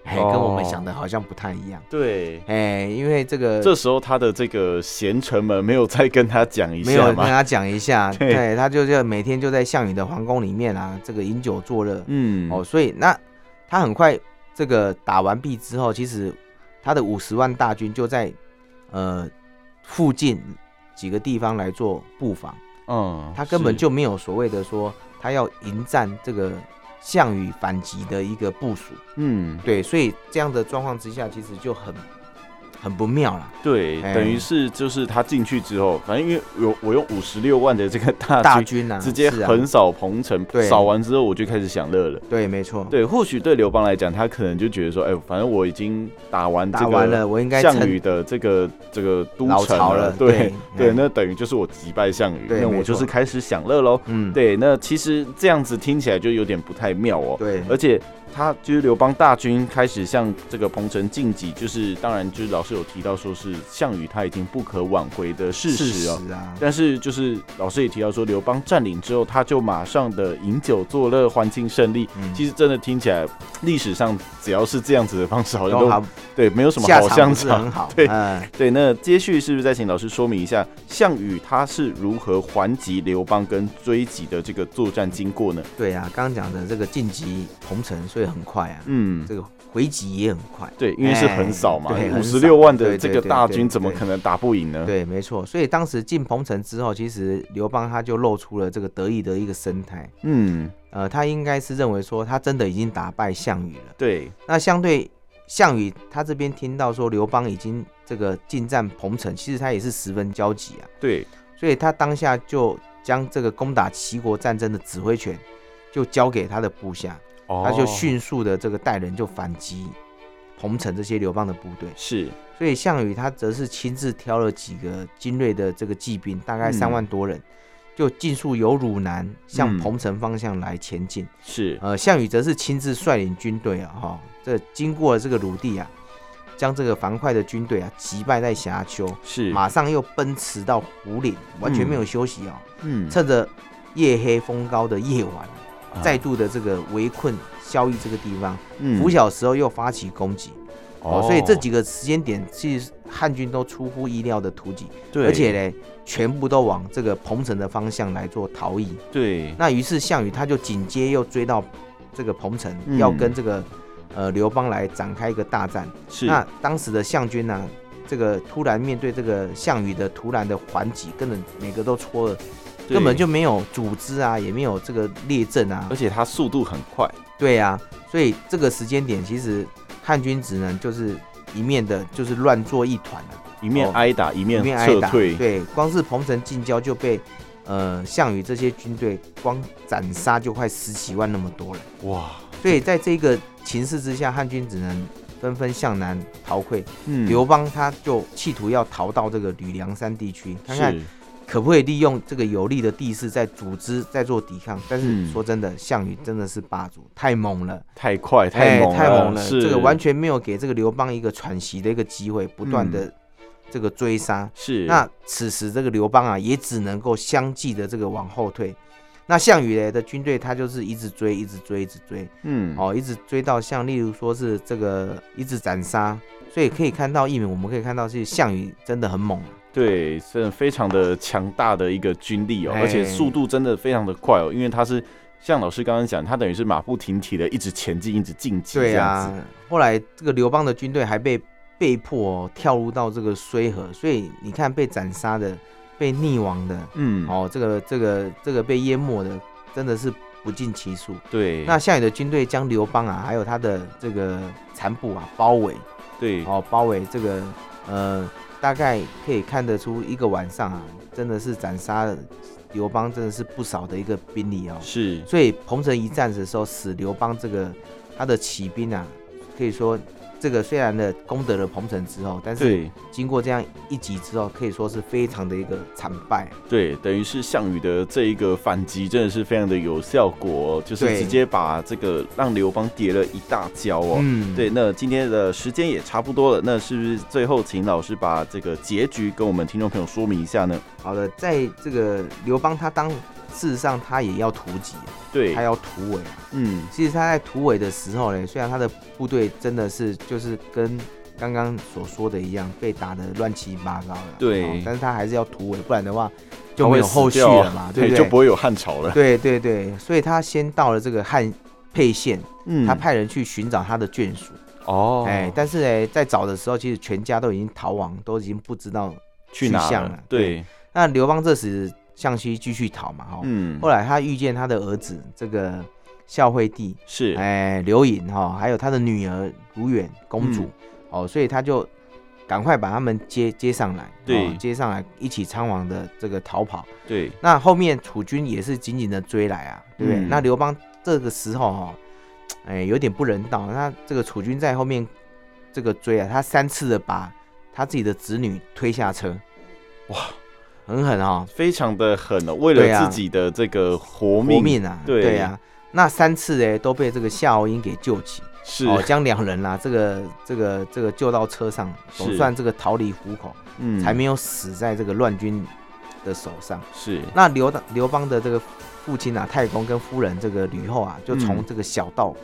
[SPEAKER 2] 哎，跟我
[SPEAKER 1] 哦
[SPEAKER 2] 们想的好像不太一样。
[SPEAKER 1] 对。
[SPEAKER 2] 哎，因为这个
[SPEAKER 1] 这时候他的这个贤臣们没有再跟他讲一
[SPEAKER 2] 没有
[SPEAKER 1] 下
[SPEAKER 2] 跟
[SPEAKER 1] 吗？
[SPEAKER 2] 他讲一 下，
[SPEAKER 1] 对
[SPEAKER 2] 对他就是每天就在项羽的皇宫里面啊，这个饮酒作乐、
[SPEAKER 1] 嗯，
[SPEAKER 2] 哦，所以那他很快这个打完毕之后，其实他的五十万大军就在呃附近几个地方来做布防，
[SPEAKER 1] 嗯，
[SPEAKER 2] 他根本
[SPEAKER 1] 是
[SPEAKER 2] 就没有所谓的说他要迎战这个项羽反击的一个部署，
[SPEAKER 1] 嗯，
[SPEAKER 2] 对，所以这样的状况之下，其实就很很不妙了。
[SPEAKER 1] 对，
[SPEAKER 2] 哎
[SPEAKER 1] 等于是就是他进去之后，反正因为有我用五十六万的这个大
[SPEAKER 2] 大
[SPEAKER 1] 军，
[SPEAKER 2] 军啊，
[SPEAKER 1] 直接
[SPEAKER 2] 是啊
[SPEAKER 1] 横扫彭城，
[SPEAKER 2] 对
[SPEAKER 1] 扫完之后我就开始享乐了。
[SPEAKER 2] 对，没错，
[SPEAKER 1] 对，或许对刘邦来讲，他可能就觉得说，哎、反正我已经打完这
[SPEAKER 2] 打完了，
[SPEAKER 1] 个
[SPEAKER 2] 我应该
[SPEAKER 1] 项
[SPEAKER 2] 趁
[SPEAKER 1] 羽的这个这个都
[SPEAKER 2] 老
[SPEAKER 1] 城啊
[SPEAKER 2] 巢了
[SPEAKER 1] 对
[SPEAKER 2] 对
[SPEAKER 1] 对，
[SPEAKER 2] 嗯
[SPEAKER 1] 那等于就是我击败项羽，
[SPEAKER 2] 对
[SPEAKER 1] 那
[SPEAKER 2] 没
[SPEAKER 1] 我
[SPEAKER 2] 错
[SPEAKER 1] 就是开始享乐喽。
[SPEAKER 2] 嗯，
[SPEAKER 1] 对，那其实这样子听起来就有点不太妙哦。
[SPEAKER 2] 对
[SPEAKER 1] 而且他就是刘邦大军开始向这个彭城晋级，就是当然就是老师有提到说是项羽他已经不可挽回的事实哦。
[SPEAKER 2] 啊，
[SPEAKER 1] 但是就是老师也提到说，刘邦占领之后，他就马上的饮酒作乐，欢庆胜利。
[SPEAKER 2] 嗯
[SPEAKER 1] 其实真的听起来，历史上只要是这样子的方式，好像
[SPEAKER 2] 都
[SPEAKER 1] 都
[SPEAKER 2] 好，
[SPEAKER 1] 对没有什么
[SPEAKER 2] 下
[SPEAKER 1] 好
[SPEAKER 2] 场
[SPEAKER 1] 相
[SPEAKER 2] 不是很
[SPEAKER 1] 长。
[SPEAKER 2] 好，
[SPEAKER 1] 对
[SPEAKER 2] 嗯，
[SPEAKER 1] 对，那接续是不是再请老师说明一下，项羽他是如何还击刘邦跟追击的这个作战经过呢？
[SPEAKER 2] 对啊，刚刚讲的这个晋级同城，所以很快啊，
[SPEAKER 1] 嗯，
[SPEAKER 2] 这个回击也很快，
[SPEAKER 1] 对，因为是很少嘛
[SPEAKER 2] 哎对，
[SPEAKER 1] 五
[SPEAKER 2] 很
[SPEAKER 1] 十
[SPEAKER 2] 少
[SPEAKER 1] 六六万的
[SPEAKER 2] 对
[SPEAKER 1] 这
[SPEAKER 2] 对
[SPEAKER 1] 个
[SPEAKER 2] 对
[SPEAKER 1] 大
[SPEAKER 2] 对
[SPEAKER 1] 军，怎么
[SPEAKER 2] 对
[SPEAKER 1] 可能打不赢呢？
[SPEAKER 2] 对，没错。所以当时进彭城之后，其实刘邦他就露出了这个得意的一个神态。
[SPEAKER 1] 嗯，
[SPEAKER 2] 呃，他应该是认为说他真的已经打败项羽了。
[SPEAKER 1] 对，
[SPEAKER 2] 那相对项羽，他这边听到说刘邦已经这个进占彭城，其实他也是十分焦急啊，
[SPEAKER 1] 对，
[SPEAKER 2] 所以他当下就将这个攻打齐国战争的指挥权就交给他的部下，
[SPEAKER 1] 哦
[SPEAKER 2] 他就迅速的这个带人就反击彭城这些刘邦的部队。
[SPEAKER 1] 是，
[SPEAKER 2] 所以项羽他则是亲自挑了几个精锐的这个骑兵，大概
[SPEAKER 1] 嗯
[SPEAKER 2] 三万多人，就尽数由汝南向
[SPEAKER 1] 嗯
[SPEAKER 2] 彭城方向来前进。
[SPEAKER 1] 是，
[SPEAKER 2] 呃，项羽则是亲自率领军队啊，哈、这经过了这个鲁地啊，将这个樊哙的军队啊击败在峡丘，
[SPEAKER 1] 是，
[SPEAKER 2] 马上又奔驰到胡岭，完全没有休息哦，
[SPEAKER 1] 嗯，
[SPEAKER 2] 趁着夜黑风高的夜晚，
[SPEAKER 1] 啊
[SPEAKER 2] 再度的这个围困萧绎这个地方，
[SPEAKER 1] 嗯
[SPEAKER 2] 拂晓时候又发起攻击。
[SPEAKER 1] 啊
[SPEAKER 2] 哦，所以这几个时间点其实汉军都出乎意料的突击，
[SPEAKER 1] 对，
[SPEAKER 2] 而且呢，全部都往这个彭城的方向来做逃逸。
[SPEAKER 1] 对，
[SPEAKER 2] 那于是项羽他就紧接又追到这个彭城，
[SPEAKER 1] 嗯
[SPEAKER 2] 要跟这个呃刘邦来展开一个大战。
[SPEAKER 1] 是，
[SPEAKER 2] 那当时的项军呢、这个突然面对这个项羽的突然的还击，根本每个都搓了，
[SPEAKER 1] 对
[SPEAKER 2] 根本就，没有组织啊，也没有这个列阵啊
[SPEAKER 1] 而，且他速度很快，
[SPEAKER 2] 对啊，所以这个时间点其实汉军只能就是一面的就是乱作一团啊。
[SPEAKER 1] 一面
[SPEAKER 2] 哦
[SPEAKER 1] 挨打一面
[SPEAKER 2] 一面挨
[SPEAKER 1] 撤
[SPEAKER 2] 打，
[SPEAKER 1] 退，
[SPEAKER 2] 对，光是彭城近郊就被呃项羽这些军队光斩杀就快十几万那么多人，
[SPEAKER 1] 哇，
[SPEAKER 2] 所以在这个情势之下，汉军只能纷纷向南逃溃。
[SPEAKER 1] 嗯
[SPEAKER 2] 刘邦他就企图要逃到这个吕梁山地区，看看
[SPEAKER 1] 是，
[SPEAKER 2] 可不可以利用这个有利的地势再组织再做抵抗。但
[SPEAKER 1] 嗯
[SPEAKER 2] 是说真的，项羽真的是霸主，太猛了。
[SPEAKER 1] 太快
[SPEAKER 2] 哎
[SPEAKER 1] 猛
[SPEAKER 2] 太猛了，
[SPEAKER 1] 是
[SPEAKER 2] 这个完全没有给这个刘邦一个喘息的一个机会，不断的这个追杀。
[SPEAKER 1] 嗯是
[SPEAKER 2] 那此时这个刘邦啊，也只能够相继的这个往后退。那项羽嘞的军队，他就是一直追，一直追，一直追，
[SPEAKER 1] 嗯
[SPEAKER 2] 哦，一直追到像例如说是这个一直斩杀，所以可以看到一鸣，我们可以看到是项羽真的很猛啊，
[SPEAKER 1] 对，是非常的强大的一个军力哦，
[SPEAKER 2] 哎
[SPEAKER 1] 而且速度真的非常的快哦，因为他是像老师刚刚讲，他等于是马不停蹄的一直前进，一直晋级这
[SPEAKER 2] 对
[SPEAKER 1] 样
[SPEAKER 2] 啊
[SPEAKER 1] 子。。
[SPEAKER 2] 后来这个刘邦的军队还被被迫、哦、跳入到这个睢河，所以你看被斩杀的、被溺亡的，
[SPEAKER 1] 嗯，
[SPEAKER 2] 哦，这个这个这个被淹没的，真的是不计其数。
[SPEAKER 1] 对，
[SPEAKER 2] 那项羽的军队将刘邦啊，还有他的这个残部啊包围，
[SPEAKER 1] 对，
[SPEAKER 2] 哦，包围这个呃，大概可以看得出一个晚上啊，真的是斩杀了刘邦，真的是不少的一个兵力哦。
[SPEAKER 1] 是，
[SPEAKER 2] 所以彭城一战的时候，使刘邦这个他的骑兵啊，可以说这个虽然呢攻得了彭城之后，但是
[SPEAKER 1] 对
[SPEAKER 2] 经过这样一击之后，可以说是非常的一个惨败。
[SPEAKER 1] 对，等于是项羽的这一个反击真的是非常的有效果、哦，就是
[SPEAKER 2] 对
[SPEAKER 1] 直接把这个让刘邦跌了一大跤哦。
[SPEAKER 2] 嗯
[SPEAKER 1] 对，那今天的时间也差不多了，那是不是最后请老师把这个结局跟我们听众朋友说明一下呢？
[SPEAKER 2] 好的，在这个刘邦他当事实上他也要突击、啊，
[SPEAKER 1] 对
[SPEAKER 2] 他，要突围、啊。
[SPEAKER 1] 嗯，
[SPEAKER 2] 其实他在突围的时候呢，虽然他的部队真的是就是跟刚刚所说的一样被打得乱七八糟了，
[SPEAKER 1] 对
[SPEAKER 2] 哦但是他还是要突围，不然的话就
[SPEAKER 1] 他
[SPEAKER 2] 没
[SPEAKER 1] 会
[SPEAKER 2] 有后
[SPEAKER 1] 死
[SPEAKER 2] 续
[SPEAKER 1] 掉啊
[SPEAKER 2] 了嘛，对不
[SPEAKER 1] 就
[SPEAKER 2] 对？
[SPEAKER 1] 不会有汉朝了。
[SPEAKER 2] 对对对，所以他先到了这个汉沛县，
[SPEAKER 1] 嗯
[SPEAKER 2] 他派人去寻找他的眷属，
[SPEAKER 1] 哦，
[SPEAKER 2] 哎，但是呢，在找的时候，其实全家都已经逃亡，都已经不知道
[SPEAKER 1] 去
[SPEAKER 2] 去
[SPEAKER 1] 哪
[SPEAKER 2] 向
[SPEAKER 1] 了
[SPEAKER 2] 了？
[SPEAKER 1] 对，
[SPEAKER 2] 那刘邦这时向西继续逃嘛，哈、
[SPEAKER 1] 嗯，
[SPEAKER 2] 后来他遇见他的儿子这个孝惠帝，
[SPEAKER 1] 是，
[SPEAKER 2] 哎，刘颖哈、还有他的女儿如远公主、
[SPEAKER 1] 嗯
[SPEAKER 2] 哦，所以他就赶快把他们接接上来，
[SPEAKER 1] 对
[SPEAKER 2] 哦接上来一起仓皇的这个逃跑。
[SPEAKER 1] 对，
[SPEAKER 2] 那后面楚军也是紧紧的追来啊，对不对？
[SPEAKER 1] 嗯
[SPEAKER 2] 那刘邦这个时候哈、哎，有点不人道，那这个楚军在后面这个追啊，他三次的把他自己的子女推下车，
[SPEAKER 1] 哇，
[SPEAKER 2] 很狠哦。
[SPEAKER 1] 非常的狠哦，为
[SPEAKER 2] 对
[SPEAKER 1] 了
[SPEAKER 2] 啊
[SPEAKER 1] 自己的这个活
[SPEAKER 2] 活
[SPEAKER 1] 命，
[SPEAKER 2] 命啊，
[SPEAKER 1] 对
[SPEAKER 2] 啊，那三次哎都被这个夏侯婴给救起，
[SPEAKER 1] 是，
[SPEAKER 2] 哦，将两人啦、这个这个这个救到车上，总
[SPEAKER 1] 是
[SPEAKER 2] 算这个逃离虎口，
[SPEAKER 1] 嗯
[SPEAKER 2] 才没有死在这个乱军的手上。
[SPEAKER 1] 是，
[SPEAKER 2] 那刘的刘邦的这个父亲啊，太公跟夫人这个吕后啊，就从
[SPEAKER 1] 嗯
[SPEAKER 2] 这个小道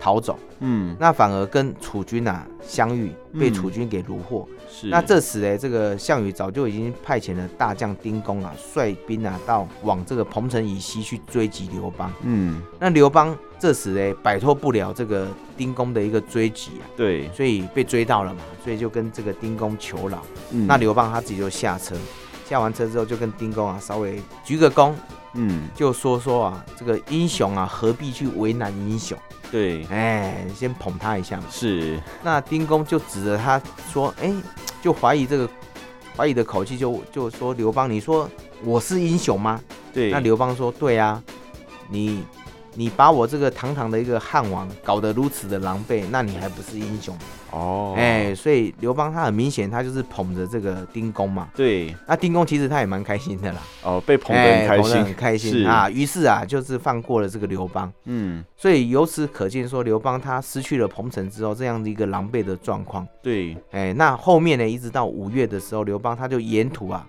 [SPEAKER 2] 逃走，
[SPEAKER 1] 嗯，
[SPEAKER 2] 那反而跟楚军啊相遇，被
[SPEAKER 1] 嗯
[SPEAKER 2] 楚军给虏获。
[SPEAKER 1] 是。
[SPEAKER 2] 那这时呢，这个项羽早就已经派遣了大将丁公啊，率兵啊到往这个彭城以西去追击刘邦。
[SPEAKER 1] 嗯，
[SPEAKER 2] 那刘邦这时呢，摆脱不了这个丁公的一个追击啊，
[SPEAKER 1] 对，
[SPEAKER 2] 所以被追到了嘛，所以就跟这个丁公求饶。
[SPEAKER 1] 嗯
[SPEAKER 2] 那刘邦他自己就下车，下完车之后就跟丁公啊稍微鞠个躬，
[SPEAKER 1] 嗯，
[SPEAKER 2] 就说说啊，这个英雄啊何必去为难英雄？
[SPEAKER 1] 对，
[SPEAKER 2] 哎，先捧他一下嘛。
[SPEAKER 1] 是，
[SPEAKER 2] 那丁公就指着他说：“哎、就怀疑这个怀疑的口气就，就说刘邦，你说我是英雄吗？”
[SPEAKER 1] 对。
[SPEAKER 2] 那刘邦说：“对啊，你你把我这个堂堂的一个汉王搞得如此的狼狈，那你还不是英雄？
[SPEAKER 1] 哦，
[SPEAKER 2] 哎、所以刘邦他很明显他就是捧着这个丁公嘛。
[SPEAKER 1] 对，
[SPEAKER 2] 那丁公其实他也蛮开心的啦，
[SPEAKER 1] 哦，被捧得
[SPEAKER 2] 哎
[SPEAKER 1] 很开
[SPEAKER 2] 捧得
[SPEAKER 1] 心，
[SPEAKER 2] 很开
[SPEAKER 1] 是
[SPEAKER 2] 心啊。于是啊，就是放过了这个刘邦。
[SPEAKER 1] 嗯，
[SPEAKER 2] 所以由此可见，说刘邦他失去了彭城之后，这样的一个狼狈的状况。”
[SPEAKER 1] 对，
[SPEAKER 2] 哎，那后面呢，一直到五月的时候，刘邦他就沿途啊，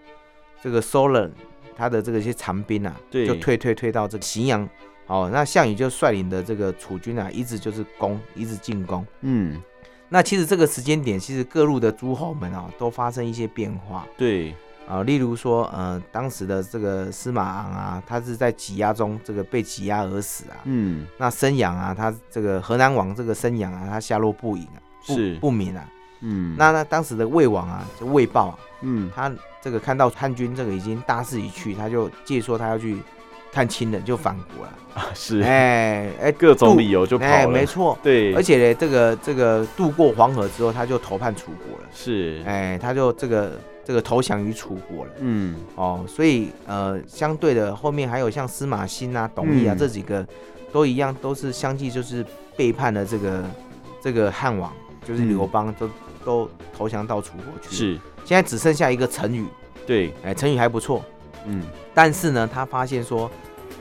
[SPEAKER 2] 这个收了他的这个一些残兵啊，
[SPEAKER 1] 对
[SPEAKER 2] 就退退退到这个荥阳。哦，那项羽就率领的这个楚军啊，一直就是攻，一直进攻。
[SPEAKER 1] 嗯，
[SPEAKER 2] 那其实这个时间点，其实各路的诸侯们啊，都发生一些变化
[SPEAKER 1] 对，
[SPEAKER 2] 啊、例如说，呃，当时的这个司马昂啊，他是在挤压中这个被挤压而死啊。
[SPEAKER 1] 嗯，
[SPEAKER 2] 那申阳啊，他这个河南王这个申阳啊，他下落不明啊，不
[SPEAKER 1] 是
[SPEAKER 2] 不明啊。
[SPEAKER 1] 嗯，
[SPEAKER 2] 那那当时的魏王啊，就魏豹啊，
[SPEAKER 1] 嗯，
[SPEAKER 2] 他这个看到汉军这个已经大势已去，他就借说他要去探亲人，就反国了。
[SPEAKER 1] 啊是
[SPEAKER 2] 哎哎，
[SPEAKER 1] 各种
[SPEAKER 2] 渡
[SPEAKER 1] 理由就跑
[SPEAKER 2] 哎，
[SPEAKER 1] 了，
[SPEAKER 2] 没错。
[SPEAKER 1] 对，
[SPEAKER 2] 而且呢，这个这个渡过黄河之后，他就投叛楚国了。
[SPEAKER 1] 是，
[SPEAKER 2] 哎，他就这个这个投降于楚国了。
[SPEAKER 1] 嗯，
[SPEAKER 2] 哦，所以呃，相对的后面还有像司马欣啊、董翳啊、
[SPEAKER 1] 嗯
[SPEAKER 2] 这几个，都一样，都是相继就是背叛了这个这个汉王，就是
[SPEAKER 1] 嗯
[SPEAKER 2] 刘邦都、都投降到楚国去。，
[SPEAKER 1] 是，
[SPEAKER 2] 现在只剩下一个陈宇，
[SPEAKER 1] 对，
[SPEAKER 2] 哎，陈宇还不错，
[SPEAKER 1] 嗯
[SPEAKER 2] 但是呢，他发现说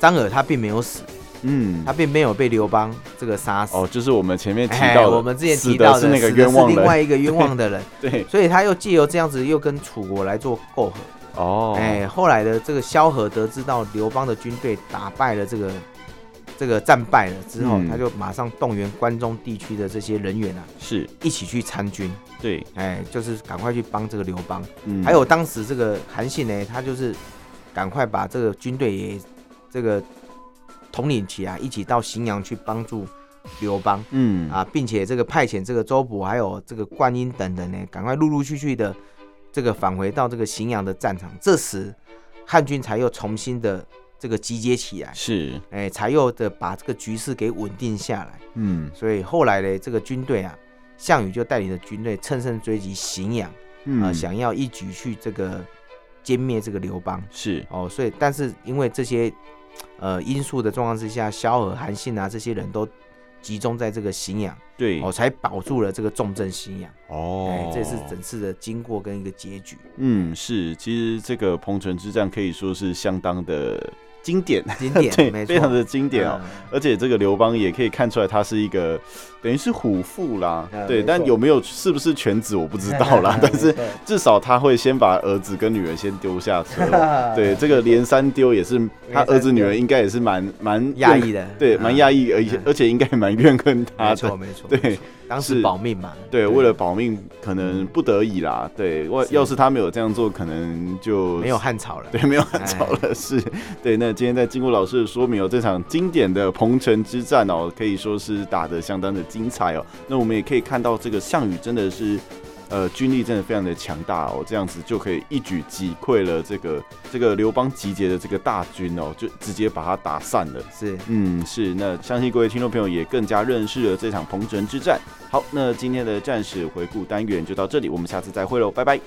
[SPEAKER 2] 张耳他并没有死，
[SPEAKER 1] 嗯
[SPEAKER 2] 他，并没有被刘邦这个杀死。
[SPEAKER 1] 哦，就是我们前面提
[SPEAKER 2] 哎，
[SPEAKER 1] 到的，
[SPEAKER 2] 我们之前
[SPEAKER 1] 死
[SPEAKER 2] 提
[SPEAKER 1] 的
[SPEAKER 2] 到的
[SPEAKER 1] 是那个
[SPEAKER 2] 死的
[SPEAKER 1] 冤
[SPEAKER 2] 是
[SPEAKER 1] 枉
[SPEAKER 2] 另
[SPEAKER 1] 人，
[SPEAKER 2] 外一个冤枉的人，
[SPEAKER 1] 对，
[SPEAKER 2] 所以他又借由这样子又跟楚国来做媾和。
[SPEAKER 1] 哦，
[SPEAKER 2] 哎，后来的这个萧何得知到刘邦的军队打败了这个这个战败了之后，
[SPEAKER 1] 嗯
[SPEAKER 2] 他就马上动员关中地区的这些人员啊，
[SPEAKER 1] 是，
[SPEAKER 2] 一起去参军，
[SPEAKER 1] 对，
[SPEAKER 2] 哎，就是赶快去帮这个刘邦。
[SPEAKER 1] 嗯，
[SPEAKER 2] 还有当时这个韩信呢，他就是赶快把这个军队也这个统领起来，一起到荥阳去帮助刘邦
[SPEAKER 1] 嗯
[SPEAKER 2] 啊，并且这个派遣这个周勃还有这个灌婴等人呢，赶快陆陆续续的这个返回到这个荥阳的战场。这时汉军才又重新的这个集结起来，
[SPEAKER 1] 是，
[SPEAKER 2] 哎，才又的把这个局势给稳定下来。
[SPEAKER 1] 嗯
[SPEAKER 2] 所以后来呢，这个军队啊，项羽就带领着军队乘胜追击荥阳。啊、
[SPEAKER 1] 嗯，
[SPEAKER 2] 想要一举去这个歼灭这个刘邦
[SPEAKER 1] 是，
[SPEAKER 2] 哦，所以但是因为这些呃因素的状况之下，萧何、韩信啊这些人都集中在这个荥阳
[SPEAKER 1] 对，
[SPEAKER 2] 哦，才保住了这个重镇荥阳。哎
[SPEAKER 1] 哦，，
[SPEAKER 2] 这是整次的经过跟一个 结局，
[SPEAKER 1] 嗯，是，其实这个彭城之战可以说是相当的经典，
[SPEAKER 2] 经
[SPEAKER 1] 对
[SPEAKER 2] 典，没，错，
[SPEAKER 1] 非常的经典哦。
[SPEAKER 2] 嗯
[SPEAKER 1] 而且这个刘邦也可以看出来，他是一个等于是虎父啦，
[SPEAKER 2] 嗯
[SPEAKER 1] 对，
[SPEAKER 2] 没错，
[SPEAKER 1] 但有没有是不是犬子我不知道啦 但是
[SPEAKER 2] 没错
[SPEAKER 1] 至少他会先把儿子跟女儿先丢下 车。哦对，这个连三丢也是他儿子女儿应该也是蛮蛮
[SPEAKER 2] 压
[SPEAKER 1] 怨，
[SPEAKER 2] 抑的，
[SPEAKER 1] 对，蛮压抑，而且
[SPEAKER 2] 嗯
[SPEAKER 1] 而且应该也蛮怨恨
[SPEAKER 2] 嗯。
[SPEAKER 1] 他
[SPEAKER 2] 没错，
[SPEAKER 1] 的。
[SPEAKER 2] 没错，
[SPEAKER 1] 对
[SPEAKER 2] 没错，当时
[SPEAKER 1] 是
[SPEAKER 2] 保命嘛，
[SPEAKER 1] 对，为了保命，可能不得已啦。对，我
[SPEAKER 2] 是
[SPEAKER 1] 要是他没有这样做，可能就
[SPEAKER 2] 没有汉朝了，
[SPEAKER 1] 对，没有很吵了，是对。那今天在经过老师的说明哦，这场经典的彭城之战哦，可以说是打得相当的精彩哦。那我们也可以看到，这个项羽真的是。呃，军力真的非常的强大哦，这样子就可以一举击溃了这个这个刘邦集结的这个大军哦，就直接把他打散了。
[SPEAKER 2] 是
[SPEAKER 1] 嗯，是。那相信各位听众朋友也更加认识了这场彭城之战。好，那今天的战史回顾单元就到这里，我们下次再会喽，拜拜。